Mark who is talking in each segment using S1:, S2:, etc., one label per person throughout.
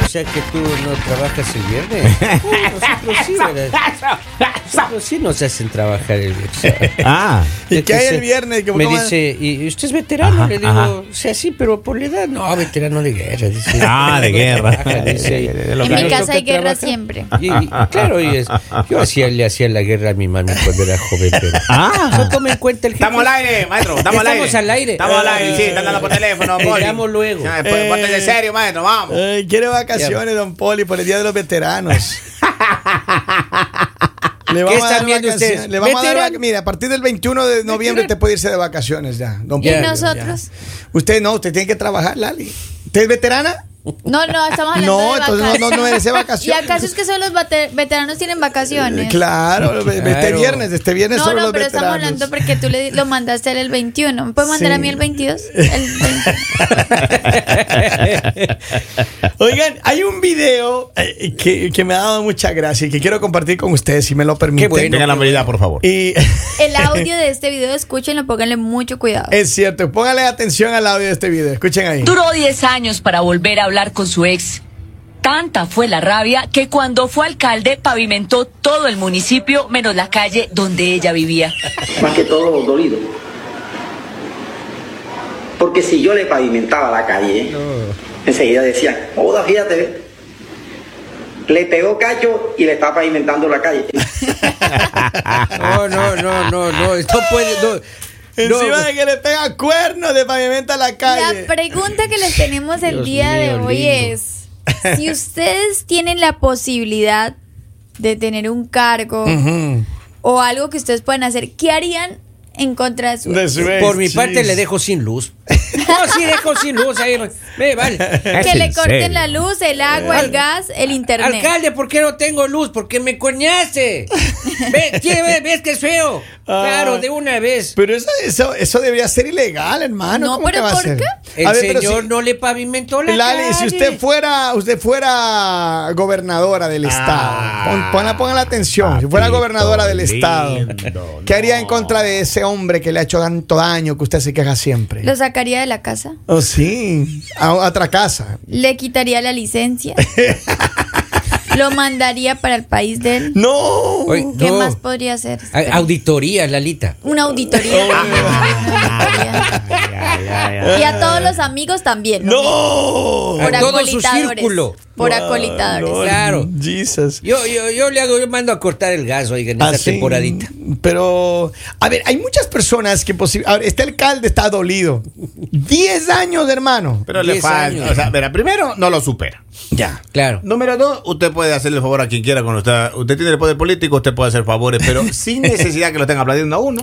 S1: Pachá que tú no trabajas el viernes? Uh, nosotros sí, ¿verdad? Nosotros sí nos hacen trabajar el viernes.
S2: Ah,
S1: Es
S3: ¿Y qué hay
S1: que
S3: el
S1: se-
S3: viernes? Que
S1: Me
S3: coman-
S1: dice, ¿y usted es veterano?
S2: Ajá,
S1: le digo,
S2: ajá.
S1: o sea, sí, pero por la edad. No, veterano de guerra. Dice,
S2: Ah, de guerra.
S1: Ajá, dice,
S2: De- de- de
S1: y
S2: lo
S4: En mi
S1: nosotros
S4: casa hay
S1: que
S4: guerra
S1: trabajamos-
S4: siempre.
S1: Y, y- claro, y es- yo hacía, le hacía la guerra a mi mami cuando era joven. Pero,
S2: Ah.
S1: no tome en cuenta el jefe.
S5: Estamos al aire, maestro. Estamos al aire.
S1: Estamos al aire.
S5: Estamos al aire, sí.
S1: Eh,
S5: Están dando por teléfono,
S1: te
S5: Poli.
S1: llamo luego.
S5: Ay, pues,
S3: Eh.
S5: Ponte de serio, maestro. Vamos.
S3: Eh, quiere vacaciones, don Poli, por el Día de los Veteranos. Le vamos a
S1: están
S3: dar
S1: viendo
S3: vacaciones.
S1: ustedes?
S3: Le vamos a dar
S1: ¿Veteran?
S3: vac- Mira, a partir del 21 de noviembre te puede irse de vacaciones ya, don
S4: ¿Y
S1: Eh, Ya,
S3: Poli.
S1: ya,
S4: nosotros?
S3: Usted no, usted tiene que trabajar, Lali. ¿Usted es veterana?
S4: No, no, estamos
S3: No,
S4: hablando
S3: entonces no-
S4: de vacaciones.
S3: no- no merece vacaciones.
S4: ¿Y acaso es que solo los vate- veteranos tienen vacaciones?
S3: Eh, Claro, ve- ve- este
S1: Claro.
S3: viernes, este viernes
S4: No,
S3: solo
S4: no,
S3: los
S4: pero estamos
S3: veteranos.
S4: hablando porque tú le, lo mandaste a él el 21. ¿Me puedes mandar
S3: Sí.
S4: a mí el 22? El 20.
S3: Oigan, hay un video eh, que, que me ha dado mucha gracia y que quiero compartir con ustedes, si me lo permiten.
S1: Qué bueno.
S2: Tenga la medida, por favor.
S3: Y
S4: El audio de este video, escúchenlo, pónganle mucho cuidado.
S3: es cierto, pónganle atención al audio de este video. Escuchen ahí.
S6: Duró 10 años para volver a hablar con su ex. Tanta fue la rabia que cuando fue alcalde pavimentó todo el municipio menos la calle donde ella vivía.
S7: más que todo dolido. Porque si yo le pavimentaba la calle, enseguida decían, oda, fíjate, ve". le pegó cacho y le está pavimentando la calle.
S1: No, no, no, no, no. Esto puede. No,
S3: Encima
S1: no.
S3: de que le pega cuernos de pavimenta a la calle.
S4: La pregunta que les tenemos el
S1: Dios
S4: día de
S1: mío,
S4: hoy
S1: lindo.
S4: es, si ustedes tienen la posibilidad de tener un cargo o algo que ustedes pueden hacer, ¿qué harían en contra de su...
S3: De su ex,
S1: Por mi
S3: sí.
S1: parte le dejo sin luz. No, sí dejo sin luz ahí. Me vale.
S4: que
S2: ¿Es
S4: le
S2: en
S4: corten
S2: serio?
S4: la luz, el agua, el gas, el internet.
S1: Alcalde, ¿por qué no tengo luz? Porque me coñaste. ¿Ves, ves que es feo?
S3: Ah.
S1: Claro, de una vez.
S3: Pero eso, eso, eso debería ser ilegal, hermano.
S4: No,
S3: ¿Cómo
S4: pero
S3: que va a
S4: ¿por
S3: ser?
S4: qué?
S1: El
S3: A ver, pero
S1: señor
S3: si-
S1: no le pavimentó la
S3: Lali,
S1: calle.
S3: si usted fuera, usted fuera gobernadora del estado, pon- ponla, ponga la atención, si fuera
S2: papito
S3: gobernadora del estado,
S2: lindo,
S3: ¿qué haría en
S2: no.
S3: contra de ese hombre que le ha hecho tanto daño que usted se queja siempre?
S4: Lo sacaría de la casa.
S3: Oh, sí, a a otra casa.
S4: Le quitaría la licencia. Lo mandaría para el país de él.
S3: No.
S1: Oye,
S4: ¿Qué
S1: no.
S4: más podría hacer?
S1: A- Auditoría, Lalita.
S4: Una auditoría. Una auditoría. Y a todos los amigos también. lo mismo.
S3: No.
S4: Por
S1: A todo su
S4: acolitadores.
S1: círculo.
S4: Por acolitadores.
S3: Lord
S1: Claro.
S3: Jesus.
S1: Yo, yo, yo le hago, yo mando a cortar el gas, oiga, en
S3: Ah,
S1: esta
S3: sí.
S1: temporadita.
S3: Pero, a ver, hay muchas personas que posiblemente. Este alcalde está dolido. 10 años, hermano.
S5: Pero le
S1: Diez años.
S5: falta. O sea, mira, primero, no lo supera.
S3: Ya.
S1: Claro.
S5: Número dos, usted puede hacerle favor a quien quiera con usted. Usted tiene el poder político, usted puede hacer favores, pero sin necesidad que lo estén aplaudiendo a uno.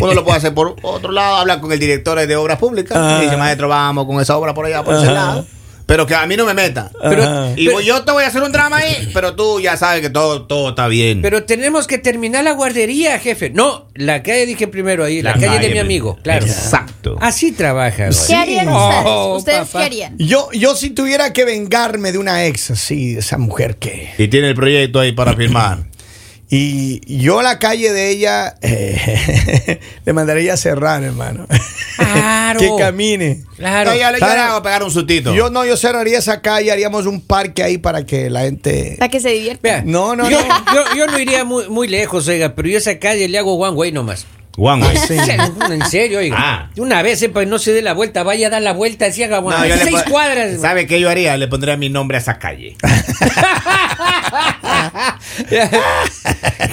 S5: Uno lo puede hacer por otro lado, habla con el director de obras públicas
S3: Ah.
S5: y dice, maestro, vamos con esa obra por allá, por ese
S3: Ajá.
S5: lado. Pero que a mí no me meta.
S1: Pero-
S5: y
S1: pero-
S5: yo te voy a hacer un drama ahí, pero tú ya sabes que todo, todo está bien.
S1: Pero tenemos que terminar la guardería, jefe. No, la calle dije primero ahí, la,
S5: La
S1: calle,
S5: calle,
S1: de mi
S5: men.
S1: amigo, claro.
S5: Exacto.
S1: Así trabaja. güey.
S4: ¿Qué harían
S1: No,
S4: ustedes? ¿Ustedes
S1: papá.
S4: qué harían?
S3: Yo, yo si tuviera que vengarme de una ex así, de esa mujer que.
S5: Y tiene el proyecto ahí para firmar.
S3: Y yo a la calle de ella eh, le mandaría a cerrar, hermano.
S1: Claro.
S3: que camine.
S1: Claro.
S5: Yo, yo- yo le hago pegar un sustito.
S3: Yo no, yo cerraría esa calle, haríamos un parque ahí para que la gente.
S4: Para que se diviertan.
S1: Vea,
S3: No, no,
S1: yo,
S3: no.
S1: Yo, yo no iría muy, muy lejos, oiga, pero yo a esa calle le hago one way nomás.
S5: Juan, güey.
S3: Sí.
S1: O sea, En serio, oiga.
S5: Ah.
S1: De Una vez, eh, pues no se dé la vuelta, vaya a dar la vuelta, así haga one
S5: No, yo le
S1: Seis
S5: pon-
S1: cuadras.
S5: ¿Sabe qué yo haría? Le pondría mi nombre a esa calle.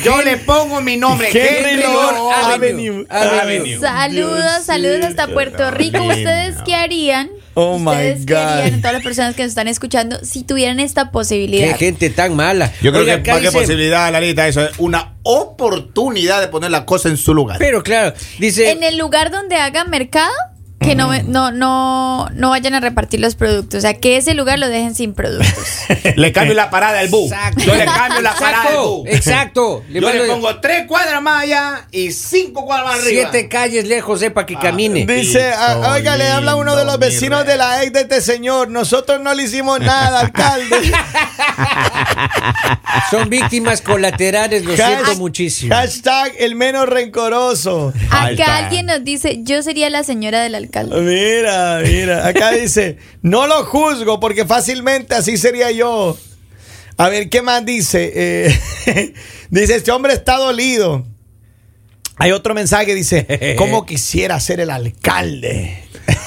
S5: yo le pongo mi nombre.
S3: Henry Lord
S1: Avenue.
S3: Avenue.
S1: Avenue.
S4: Saludos, saludos hasta Puerto Rico.
S5: Dios
S4: ¿Ustedes
S5: mío.
S4: qué harían?
S3: Oh, my
S4: ¿Ustedes qué
S3: God.
S4: harían? Todas las personas que nos están escuchando, si tuvieran esta
S1: Qué
S4: posibilidad.
S1: gente tan mala.
S5: Yo creo
S1: Oiga,
S5: que
S1: acá
S5: para qué
S1: dice-
S5: posibilidad, Larita, eso es una oportunidad de poner la cosa en su lugar.
S1: Pero claro, dice.
S4: En el lugar donde hagan mercado, que no, ve- no, no, no vayan a repartir los productos. O sea, que ese lugar lo dejen sin productos.
S5: le cambio la parada del bus.
S1: Exacto.
S5: Yo le cambio la parada del
S1: Exacto,
S5: bus.
S1: exacto.
S5: Yo
S1: mando-
S5: le pongo tres cuadras más allá y cinco cuadras más arriba. Ah,
S1: Siete calles lejos, eh, para que camine.
S3: Dice, a- oiga, le habla uno de los
S5: Lindo, mi
S3: vecinos
S5: rey.
S3: de la ex de este señor. Nosotros no le hicimos nada, alcalde.
S1: Son víctimas colaterales, lo siento
S3: Hashtag-
S1: muchísimo.
S3: Hashtag el menos rencoroso.
S4: Acá alguien nos dice, yo sería la señora del alcalde.
S3: Mira, mira. Acá dice, no lo juzgo porque fácilmente así sería yo. A ver, ¿qué más dice? Eh, dice, este hombre está dolido. Hay otro mensaje, dice, ¿cómo quisiera ser el alcalde?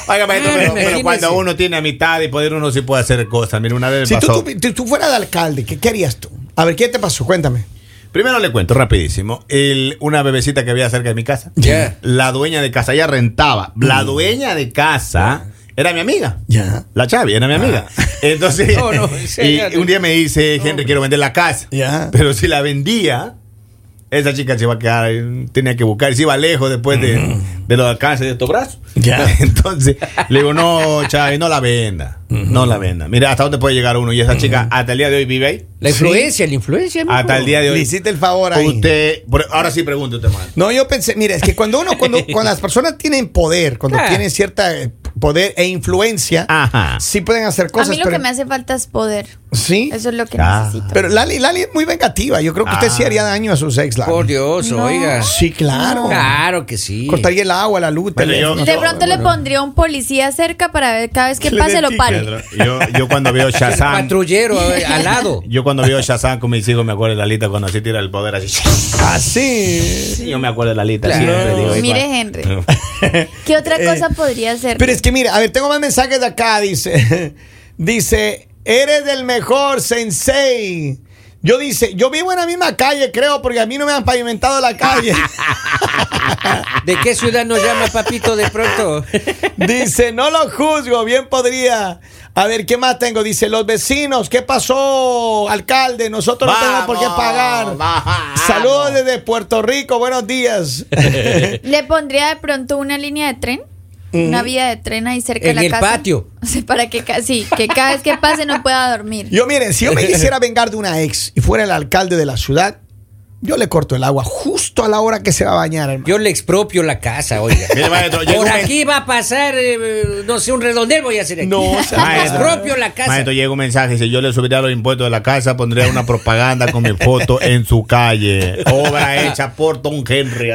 S5: Oiga, maestro, pero, pero
S1: Imagínese.
S5: cuando uno tiene amistad y poder, uno sí puede hacer cosas. Mira, una vez
S3: Si
S5: me
S3: tú,
S5: pasó.
S3: tuvi- si tú fueras de alcalde, ¿qué, qué harías tú? A ver, ¿qué te pasó? Cuéntame.
S5: Primero le cuento rapidísimo. El- una bebecita que había cerca de mi casa.
S1: Ya. Mm.
S5: La dueña de casa, ella rentaba. La dueña de casa era mi amiga.
S3: Ya.
S5: La Chavi era mi amiga. Entonces,
S1: Ah. No, no,
S5: y un día me dice, Henry, quiero vender la casa.
S3: Ya.
S5: Pero si la vendía, esa chica se iba a quedar, eh, tenía que buscar, se iba lejos después de, de los alcances de estos brazos.
S3: Ya.
S5: Entonces, le digo, no, Chavi, no la venda. No la venda. Mira, ¿hasta dónde puede llegar uno? Y esa chica hasta el día de hoy vive ahí.
S1: La influencia, la influencia. amigo.
S5: Hasta el Ah, día de hoy.
S3: Le hiciste el favor ahí.
S5: Usted, por- ahora sí pregunte usted, maestro.
S3: No, yo pensé, mira, es que cuando uno, cuando, cuando las personas tienen poder, cuando
S1: Claro.
S3: tienen cierta eh, poder e influencia,
S5: Ah. Ajá.
S3: sí pueden hacer cosas.
S4: a mí lo
S3: pero-
S4: que me hace falta es poder.
S3: Sí.
S4: Eso es lo que
S5: Ah.
S4: necesito.
S3: Pero Lali, Lali es muy vengativa. Yo creo que usted
S5: Ah.
S3: sí haría daño a sus ex, Lali.
S1: Por Dios,
S4: No.
S1: oiga.
S3: Sí, claro.
S1: Claro que sí.
S3: Cortaría el agua, la luz,
S5: Ah, Bueno,
S3: teléfono.
S5: yo-
S4: de
S5: no,
S4: pronto le pondría un policía cerca para ver cada vez que
S3: Que le
S4: pase
S3: den
S4: lo
S3: ticket,
S4: pare.
S5: Pedro, Yo, yo cuando veo
S1: El
S5: Shazam,
S1: patrullero eh, al lado.
S5: yo cuando veo Shazam con mis hijos me acuerdo de la lita cuando así tira el poder así.
S3: Así.
S5: Yo me acuerdo de la lita.
S1: Claro.
S5: siempre, digo,
S4: Mire,
S5: igual.
S4: Henry. ¿Qué otra
S5: Eh,
S4: cosa podría hacer?
S3: Pero es que mira, a ver, tengo más mensajes de acá, dice. dice, eres del mejor, sensei. Yo dice, yo vivo en la misma calle, creo, porque a mí no me han pavimentado la calle.
S1: ¿De qué ciudad nos llama papito de pronto?
S3: Dice, no lo juzgo, bien podría. A ver, ¿qué más tengo? Dice, los vecinos, ¿qué pasó, alcalde? Nosotros no tenemos por qué
S5: Vamos,
S3: pagar.
S5: vamos.
S3: Saludos desde Puerto Rico, buenos días.
S4: Le pondría de pronto una línea de tren, una vía de tren ahí cerca
S1: En
S4: de la
S1: el
S4: casa.
S1: patio.
S4: O sea, para que ca- sí, que cada vez que pase no pueda dormir.
S3: yo, miren, si yo me quisiera vengar de una ex y fuera el alcalde de la ciudad, yo le corto el agua justo a la hora que se va a bañar, hermano.
S1: Yo le expropio la casa, oiga.
S5: Mire, maestro, llega
S1: Por
S5: un men-
S1: aquí va a pasar, eh, no sé, un redondel voy a hacer aquí.
S3: No, se-
S1: expropio la casa.
S5: Maestro, llega un mensaje, dice, yo le subiría los impuestos de la casa, pondría una propaganda con mi foto en su calle. Obra hecha por Don Henry.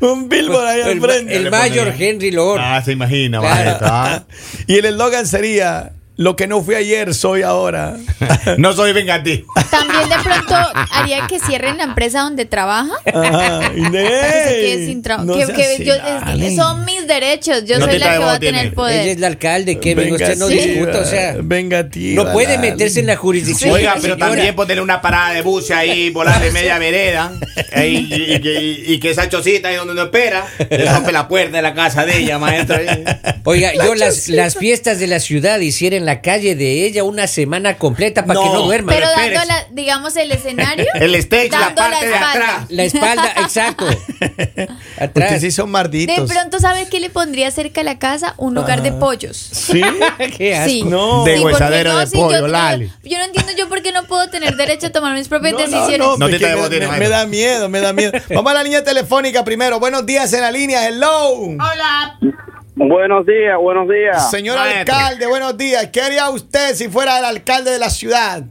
S3: Un billboard ahí al
S1: el,
S3: frente.
S1: el
S5: Le
S1: mayor
S5: pondría.
S1: Henry Lord.
S5: Ah, se imagina,
S1: Claro.
S5: maestro, ah.
S3: Y el eslogan sería, lo que no fui ayer, soy ahora.
S5: No soy vengativo.
S4: También de pronto haría que cierren la empresa donde trabaja.
S3: Ajá.
S4: para que se
S3: Ey,
S4: quede sin trabajo.
S3: no
S4: Que-
S3: sea
S4: que
S3: así,
S4: yo-
S3: dale.
S4: son mis derechos. Yo
S5: No
S4: soy
S5: te
S4: la que
S5: traigo,
S4: va a
S5: tiene.
S4: tener
S1: Ella es
S4: poder.
S1: la alcalde, Kevin. Usted no
S4: Vengativa,
S1: discuta,
S3: eh,
S1: o sea.
S3: Vengativa.
S1: No puede
S3: dale.
S1: meterse en la jurisdicción. de la
S5: Oiga, pero
S1: señora.
S5: también ponerle una parada de bus ahí, volar de media vereda, eh, y, y- y que- y que esa chocita ahí donde no espera, le rompe la puerta de la casa de ella, maestro. eh.
S1: Oiga, yo las, las fiestas de la ciudad hiciera en la calle de ella una semana completa para que
S5: No,
S1: no duerma.
S4: Pero
S5: Pero
S4: dando,
S5: espérese.
S4: la- digamos, el escenario.
S5: El stage, la
S4: dando
S5: parte de
S4: espalda.
S5: atrás.
S1: La espalda, exacto.
S3: Ustedes
S1: Atrás.
S3: sí son
S4: De
S3: marditos.
S4: pronto, ¿sabe qué le pondría cerca de la casa? Un lugar de pollos.
S3: Sí.
S1: Qué asco.
S4: Sí.
S3: No.
S5: De
S4: porque
S5: huesadero de
S4: yo-
S5: pollo,
S4: yo,
S5: Lali.
S4: Yo no entiendo yo por qué no puedo tener derecho a tomar mis propias
S3: No, no,
S4: decisiones.
S3: no,
S5: No te
S3: porque
S5: traigo
S3: me,
S5: botín,
S3: me- me
S5: Jaime.
S3: da miedo, me da miedo. Vamos a la línea telefónica primero. Buenos días en la línea. Hello.
S2: Buenos días, buenos días.
S3: Señor
S5: Maestro.
S3: alcalde, buenos días. ¿Qué haría usted si fuera el alcalde de la ciudad?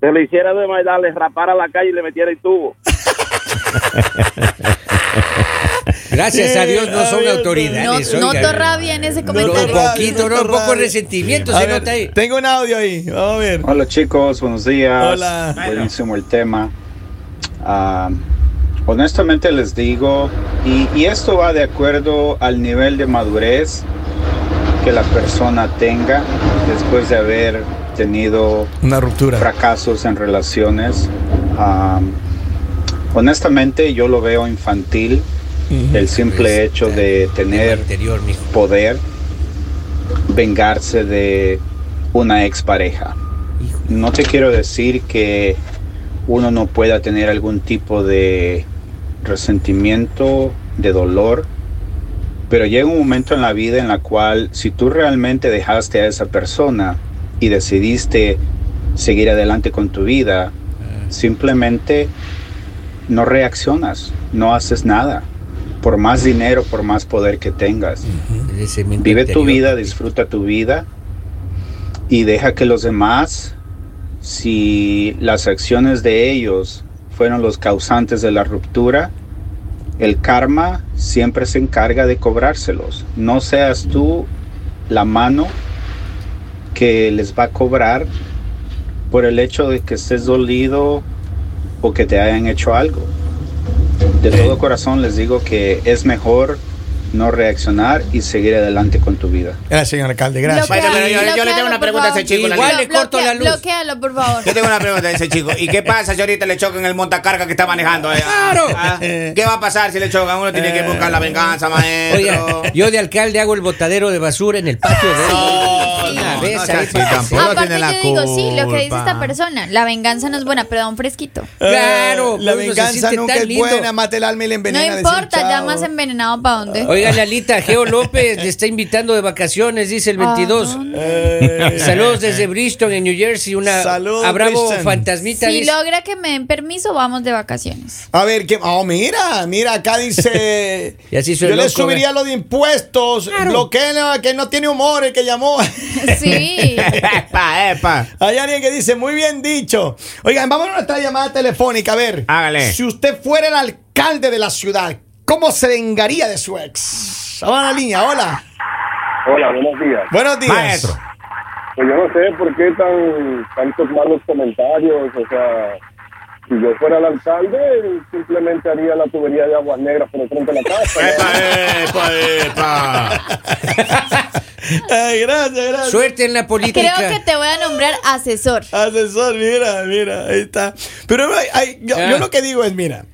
S2: Se le hiciera de maldad, le rapara la calle y le metiera el tubo.
S1: Gracias a Dios no son
S3: Adiós,
S4: No,
S1: autoridades.
S4: no
S1: oiga.
S4: to rabia en ese
S1: No,
S4: comentario.
S1: un
S3: rabia,
S1: poquito,
S3: no
S1: no, un poco
S3: rabia.
S1: de resentimiento
S3: A
S1: se
S3: ver,
S1: nota ahí.
S3: Tengo un audio ahí. Vamos a ver.
S8: Hola chicos, buenos días.
S3: Hola.
S8: Buenísimo el tema. Ah, honestamente les digo, y, y esto va de acuerdo al nivel de madurez que la persona tenga después de haber tenido
S3: Una ruptura.
S8: fracasos en relaciones. Ah, honestamente yo lo veo infantil, el
S1: Pues,
S8: simple hecho de
S1: tema
S8: tener
S1: anterior, mijo.
S8: poder vengarse de una expareja. No te quiero decir que uno no pueda tener algún tipo de resentimiento, de dolor, pero llega un momento en la vida en la cual si tú realmente dejaste a esa persona y decidiste seguir adelante con tu
S1: Ah.
S8: vida, simplemente no reaccionas, no haces nada, por más dinero, por más poder que tengas.
S1: Ese mente
S8: Vive tu
S1: anterior.
S8: vida, disfruta tu vida y deja que los demás, si las acciones de ellos fueron los causantes de la ruptura, El karma siempre se encarga de cobrárselos. No seas tú la mano que les va a cobrar por el hecho de que estés dolido o que te hayan hecho algo. De todo corazón les digo que es mejor no reaccionar y seguir adelante con tu vida.
S3: Gracias, señor alcalde, gracias.
S5: Bueno, pero yo- yo le tengo
S4: bloquéalo,
S5: una
S4: por
S5: pregunta a ese
S4: favor.
S5: chico, la
S1: Igual
S4: Blo-
S1: le corto la
S4: bloquea-
S1: luz.
S4: Bloquéalo, por favor.
S5: Yo tengo una pregunta de ese chico. ¿Y qué pasa si ahorita le chocan el montacarga que está manejando? eh?
S1: ¡Claro!
S5: Ah, ¿Qué va a pasar si le chocan? Uno tiene que buscar la
S3: Eh.
S5: venganza, maestro.
S1: Oiga, yo de alcalde hago el botadero de basura en el patio de
S5: No,
S1: Una
S5: no,
S1: vez
S5: no
S1: ahí
S5: sea así
S1: para-
S5: tampoco. Uno
S4: Aparte
S5: tiene la
S4: yo digo, sí, lo que dice
S5: culpa.
S4: esta persona, la venganza no es buena, pero da un fresquito.
S1: Claro,
S3: Eh, la
S1: uno se
S3: venganza
S1: siente
S3: nunca
S1: tan
S3: es
S1: lindo.
S3: buena, mate el alma y la envenena.
S4: no
S3: decía el
S4: importa, ya
S3: chavo.
S4: más envenenado para dónde.
S1: Oiga, Lalita, Geo López le está invitando de vacaciones, dice
S4: Ah,
S1: el 22.
S3: Eh,
S1: Saludos desde Bristol, en New Jersey. Una
S3: Saludos,
S1: a Bravo
S3: Bristol.
S1: Fantasmita.
S4: Si
S1: dice-
S4: logra que me den permiso, vamos de vacaciones.
S3: A ver, ¿qué? Oh, mira, mira, acá dice.
S1: Y así
S3: yo
S1: soy
S3: le
S1: loco,
S3: subiría
S1: ve.
S3: lo de impuestos. Bloqueenlo, que no tiene humor el que llamó.
S4: Sí.
S5: Epa, epa.
S3: Hay alguien que dice, muy bien dicho. Oigan, vamos a nuestra llamada telefónica, a ver.
S5: Hágale.
S3: Si usted fuera el alcalde de la ciudad, ¿cómo se vengaría de su ex? Vamos a la línea, hola.
S2: Hola, buenos días.
S3: Buenos días.
S5: Maestro.
S2: Pues yo no sé por qué tan tantos malos comentarios, o sea, si yo fuera el alcalde, simplemente haría la tubería de aguas negras por el frente de la casa.
S5: Epa, eh.
S2: ¿no?
S5: epa, epa.
S3: Ay, gracias, gracias.
S1: Suerte en la política.
S4: Creo que te voy a nombrar asesor.
S3: Asesor, mira, mira, ahí está. Pero no hay- hay- yo,
S1: Ah.
S3: yo lo que digo es, mira,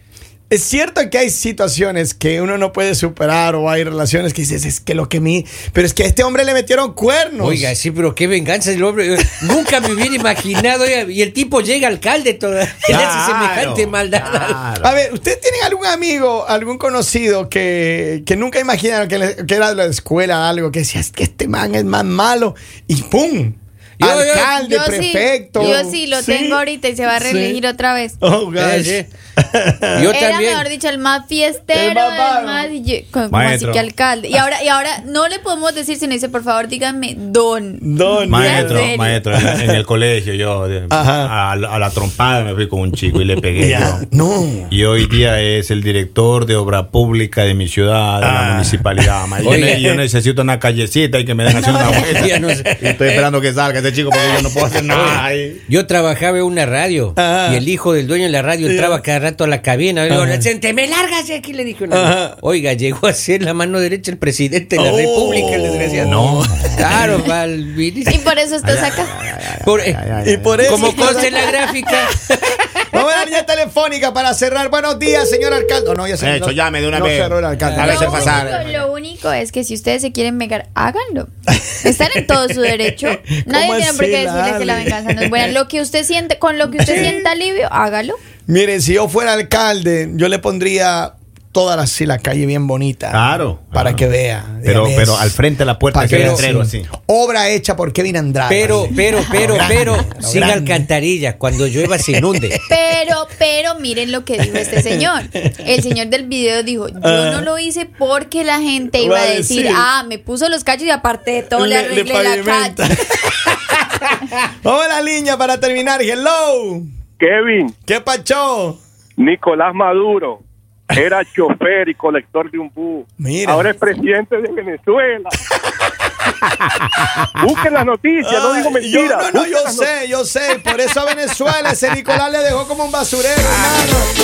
S3: es cierto que hay situaciones que uno no puede superar o hay relaciones que dices, es que lo que mí, pero es que a este hombre le metieron cuernos.
S1: Oiga, sí, pero qué venganza el hombre. Nunca me hubiera imaginado. oiga, Y el tipo llega alcalde todavía. le hace semejante
S5: Claro,
S1: maldad.
S5: claro.
S3: A ver, ¿ustedes tienen algún amigo, algún conocido que, que nunca imaginaron que, le- que era de la escuela algo, que decía, es que este man es más malo? Y ¡pum!
S1: Yo, yo,
S3: Alcalde,
S4: Yo sí,
S3: prefecto.
S4: yo sí lo tengo ahorita y se va a reelegir
S3: Sí.
S4: otra vez.
S3: Oh, gosh.
S1: Eh, sí. Yo
S4: Era
S1: también.
S4: mejor dicho el más fiestero,
S3: El
S4: el
S3: más vago.
S4: más y yo- como así
S5: Maestro.
S4: que alcalde. Y ahora y ahora no le podemos decir sino dice, por favor, díganme don.
S3: Don,
S5: Maestro,
S4: ¿En serio?
S5: maestro, en, en el colegio yo de-
S3: Ajá.
S5: a, la- a la trompada me fui con un chico y le pegué.
S3: Ya,
S5: yo.
S3: no.
S5: Y hoy día es el director de obra pública de mi ciudad, de
S3: Ah.
S5: la municipalidad. ma. Yo,
S1: Oye.
S5: ne- yo necesito una callecita y que me den hacer una
S1: ya
S5: vuelta.
S1: no sé.
S5: Y Estoy esperando que salga ese chico porque yo no puedo hacer nada. ahí.
S1: Yo trabajaba en una radio
S3: Ajá.
S1: y el hijo del dueño de la radio entraba cada rato a la cabina. Y
S3: Ajá.
S1: "Te me largas de aquí, le dije una
S3: Ajá.
S1: vez. Oiga, llegó a ser la mano derecha el presidente de la
S3: Oh.
S1: República, el desgraciado.
S5: No.
S1: Claro, Valvini.
S4: Y por eso estás acá.
S1: Por- eh,
S3: Y por eso.
S1: Como consta en la gráfica.
S3: Vamos a la línea telefónica para cerrar. Buenos días, señor alcalde. No, ya se
S5: Hecho, llame de una
S3: no
S5: vez.
S3: cerró el alcalde.
S4: Lo
S5: A veces
S4: único-
S5: pasar.
S4: Lo único es que si ustedes se quieren vengar, háganlo. Están en todo su derecho. Nadie
S3: ¿Cómo
S4: tiene por qué
S3: así,
S4: decirles que la
S3: Lali?
S4: venganza no es buena. Lo que usted siente, con lo que usted sienta alivio, hágalo.
S3: Miren, si yo fuera alcalde, yo le pondría toda la, así, la calle bien bonita.
S5: Claro,
S3: Para
S5: claro.
S3: que vea.
S5: Pero,
S3: Dígame,
S5: pero
S3: es-
S5: al frente de la puerta
S3: para
S5: hay
S3: que vea,
S5: letrero
S3: sí.
S5: así.
S3: Obra hecha por Kevin Andrade.
S1: Pero,
S3: Así.
S1: pero, pero,
S3: Lo grande,
S1: pero,
S3: lo
S1: sin
S3: grande.
S1: alcantarilla. Cuando llueva se inunde.
S4: Pero, pero miren lo que dijo este señor. El señor del video dijo, yo no lo hice porque la gente iba
S3: Va
S4: a
S3: a
S4: decir,
S3: decir.
S4: ah, me puso los cachos y aparte de todo le,
S3: Le- le
S4: arreglé la
S3: pavimenta.
S4: calle.
S3: Vamos a la línea para terminar. Hello.
S2: Kevin,
S3: ¿Qué pacho?
S2: Nicolás Maduro era chofer y colector de un bus.
S3: Mira.
S2: Ahora es presidente de Venezuela. Busquen las noticias, no digo
S3: Ay, yo,
S2: mentiras.
S3: no, no, yo
S2: Busquen las
S3: sé, yo sé. Por eso a Venezuela ese Nicolás le dejó como un basurero, hermano.